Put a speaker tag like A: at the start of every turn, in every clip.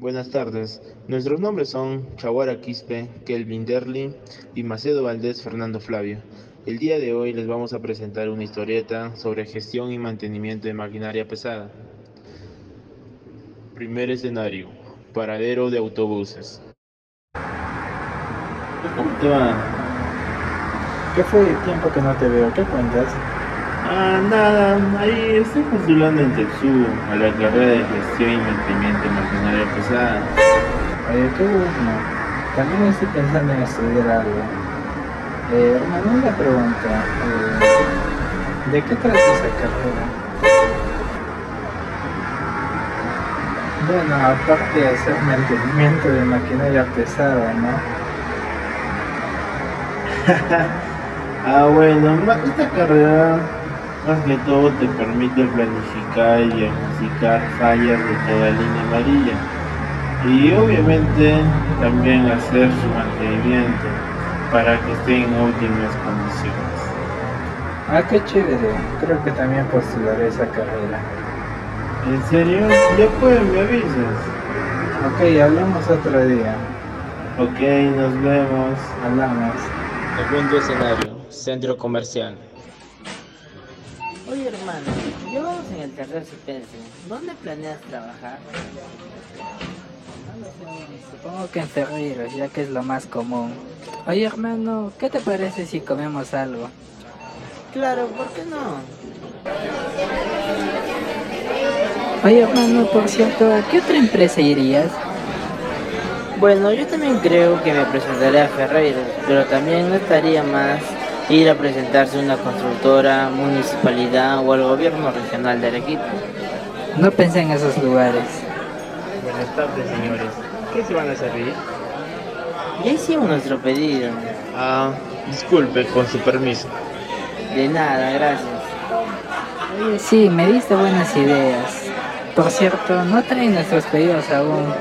A: Buenas tardes. Nuestros nombres son Chaguara Quispe, Kelvin Derli y Macedo Valdés Fernando Flavio. El día de hoy les vamos a presentar una historieta sobre gestión y mantenimiento de maquinaria pesada. Primer escenario, paradero de autobuses.
B: ¿Qué fue el tiempo que no te veo? ¿Qué cuentas?
A: Ah, nada, ahí estoy postulando en Texú a la carrera de gestión y mantenimiento de maquinaria pesada.
B: Oye, Eh, qué bueno. También estoy pensando en estudiar algo. Eh, hermano, una pregunta. eh, ¿De qué trata esa carrera? Bueno, aparte de hacer mantenimiento de maquinaria pesada, ¿no?
A: Ah, bueno, ma- esta carrera más que todo te permite planificar y diagnosticar fallas de toda línea amarilla y obviamente también hacer su mantenimiento para que esté en óptimas condiciones.
B: Ah, qué chévere. Creo que también postularé esa carrera.
A: ¿En serio? Ya pues, me avisas.
B: Ok, hablamos otro día.
A: Ok, nos vemos.
B: Hablamos.
C: Segundo escenario, centro comercial.
D: Oye hermano, llevamos en el tercer suspense. ¿Dónde planeas trabajar?
E: Supongo que en Cerrillos, ya que es lo más común. Oye, hermano, ¿qué te parece si comemos algo?
D: Claro, ¿por qué no?
E: Oye, hermano, por cierto, ¿a qué otra empresa irías?
D: Bueno, yo también creo que me presentaré a Ferreiro, pero también no estaría más ir a presentarse a una constructora, municipalidad o al gobierno regional de Arequipa.
E: No pensé en esos lugares.
A: Buenas tardes, señores. ¿Qué se van a servir?
D: Ya hicimos nuestro pedido.
A: Ah, disculpe, con su permiso.
D: De nada, gracias.
E: Oye, sí, me diste buenas ideas. Por cierto, no traen nuestros pedidos aún.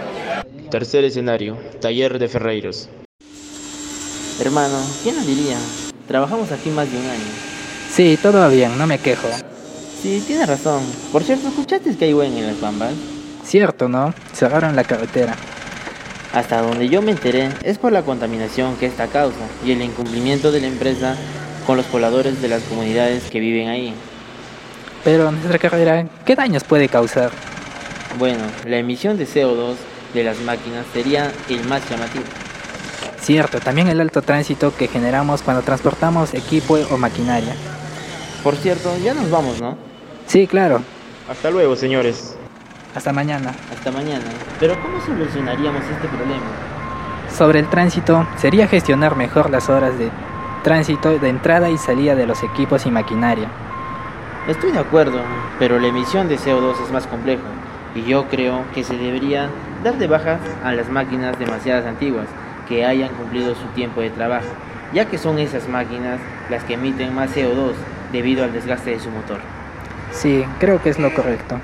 A: Tercer escenario, taller de Ferreiros.
D: Hermano, ¿quién nos diría? Trabajamos aquí más de un año.
E: Sí, todo va bien, no me quejo.
D: Sí, tienes razón. Por cierto, ¿escuchaste que hay buen en las bambas?
E: Cierto, ¿no? Cerraron la carretera.
D: Hasta donde yo me enteré es por la contaminación que esta causa y el incumplimiento de la empresa con los pobladores de las comunidades que viven ahí.
E: Pero nuestra carrera, ¿qué daños puede causar?
D: Bueno, la emisión de CO2 de las máquinas sería el más llamativo.
E: Cierto, también el alto tránsito que generamos cuando transportamos equipo o maquinaria.
D: Por cierto, ya nos vamos, ¿no?
E: Sí, claro.
A: Hasta luego, señores.
E: Hasta mañana.
D: Hasta mañana. Pero ¿cómo solucionaríamos este problema?
E: Sobre el tránsito, sería gestionar mejor las horas de tránsito de entrada y salida de los equipos y maquinaria.
D: Estoy de acuerdo, pero la emisión de CO2 es más complejo y yo creo que se debería dar de baja a las máquinas demasiadas antiguas que hayan cumplido su tiempo de trabajo, ya que son esas máquinas las que emiten más CO2 debido al desgaste de su motor.
E: Sí, creo que es lo correcto.